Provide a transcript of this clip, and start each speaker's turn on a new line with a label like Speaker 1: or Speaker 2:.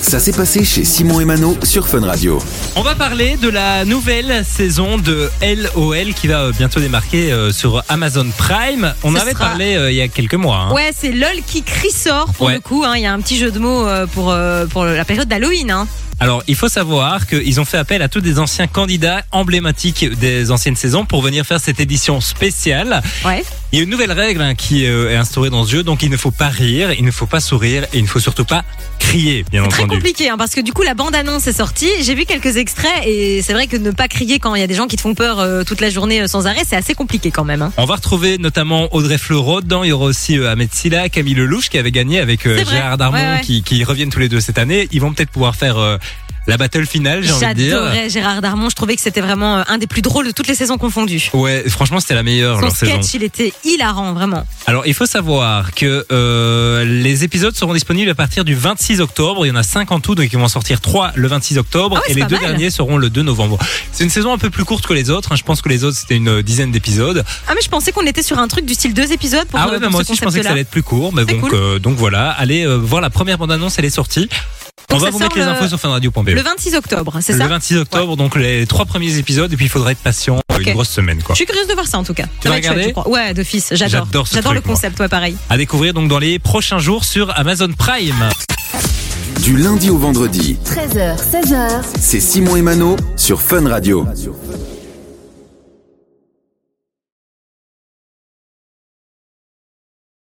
Speaker 1: Ça s'est passé chez Simon et Mano sur Fun Radio.
Speaker 2: On va parler de la nouvelle saison de LOL qui va euh, bientôt démarquer euh, sur Amazon Prime. On
Speaker 3: Ce
Speaker 2: avait
Speaker 3: sera-
Speaker 2: parlé euh, il y a quelques mois. hein.
Speaker 3: Ouais, c'est LOL qui crie sort pour
Speaker 2: Ouais.
Speaker 3: le coup. hein. Il y a un petit jeu de mots euh, pour, euh, pour la période d'Halloween. hein.
Speaker 2: Alors, il faut savoir qu'ils ont fait appel à tous des anciens candidats emblématiques des anciennes saisons pour venir faire cette édition spéciale.
Speaker 3: Ouais.
Speaker 2: Il y a une nouvelle règle hein, qui euh, est instaurée dans ce jeu, donc il ne faut pas rire, il ne faut pas sourire et il ne faut surtout pas crier, bien
Speaker 3: Très
Speaker 2: entendu.
Speaker 3: compliqué hein, parce que du coup la bande annonce est sortie. J'ai vu quelques extraits et c'est vrai que ne pas crier quand il y a des gens qui te font peur euh, toute la journée euh, sans arrêt, c'est assez compliqué quand même. hein.
Speaker 2: On va retrouver notamment Audrey Fleurot dedans. Il y aura aussi euh, Ahmed Silla, Camille Lelouch qui avait gagné avec euh,
Speaker 3: C'est vrai.
Speaker 2: Gérard Darmon
Speaker 3: Ouais, ouais.
Speaker 2: Qui, qui reviennent tous les deux cette année. Ils vont peut-être pouvoir faire euh, la battle finale, j'ai envie de dire.
Speaker 3: J'adorais Gérard Darmon. Je trouvais que c'était vraiment euh, un des plus drôles de toutes les saisons confondues.
Speaker 2: Ouais, franchement, c'était la meilleure
Speaker 3: Son
Speaker 2: leur saison.
Speaker 3: sketch, il était hilarant vraiment.
Speaker 2: Alors, il faut savoir que euh, les épisodes seront disponibles à partir du 26 octobre. Il y en a 5 en tout, donc ils vont en sortir 3 le 26 octobre
Speaker 3: Ah ouais,
Speaker 2: et
Speaker 3: c'est
Speaker 2: les
Speaker 3: pas
Speaker 2: deux
Speaker 3: mal.
Speaker 2: derniers seront le 2 novembre. C'est une saison un peu plus courte que les autres. hein. Je pense que les autres, c'était une euh, dizaine d'épisodes.
Speaker 3: Ah mais je pensais qu'on était sur un truc du style deux épisodes pour,
Speaker 2: Ah
Speaker 3: euh,
Speaker 2: ouais, bah
Speaker 3: pour
Speaker 2: moi
Speaker 3: ce
Speaker 2: aussi, je pensais que ça
Speaker 3: concept-là.
Speaker 2: allait être plus court. Mais
Speaker 3: C'est
Speaker 2: donc,
Speaker 3: cool.
Speaker 2: euh, donc voilà, allez euh, voir la première bande-annonce, elle est sortie. On
Speaker 3: Donc
Speaker 2: va
Speaker 3: ça
Speaker 2: vous mettre
Speaker 3: sort
Speaker 2: les
Speaker 3: le-
Speaker 2: infos sur funradio.be.
Speaker 3: Le 26 octobre, c'est
Speaker 2: E. Le
Speaker 3: ça
Speaker 2: 26 octobre, donc les trois premiers épisodes, et puis il faudra être patient euh,
Speaker 3: Ok.
Speaker 2: une grosse semaine, quoi.
Speaker 3: Je suis curieuse de voir ça en tout cas.
Speaker 2: vas
Speaker 3: Ça va être chouette,
Speaker 2: regarder
Speaker 3: je crois. Ouais, d'office, j'adore.
Speaker 2: J'adore ce
Speaker 3: J'adore le
Speaker 2: truc, moi.
Speaker 3: concept, ouais, pareil.
Speaker 2: À découvrir donc dans les prochains jours sur Amazon Prime.
Speaker 1: Du lundi au vendredi,
Speaker 4: 13h, 16h,
Speaker 1: c'est Simon et Mano sur Fun Radio.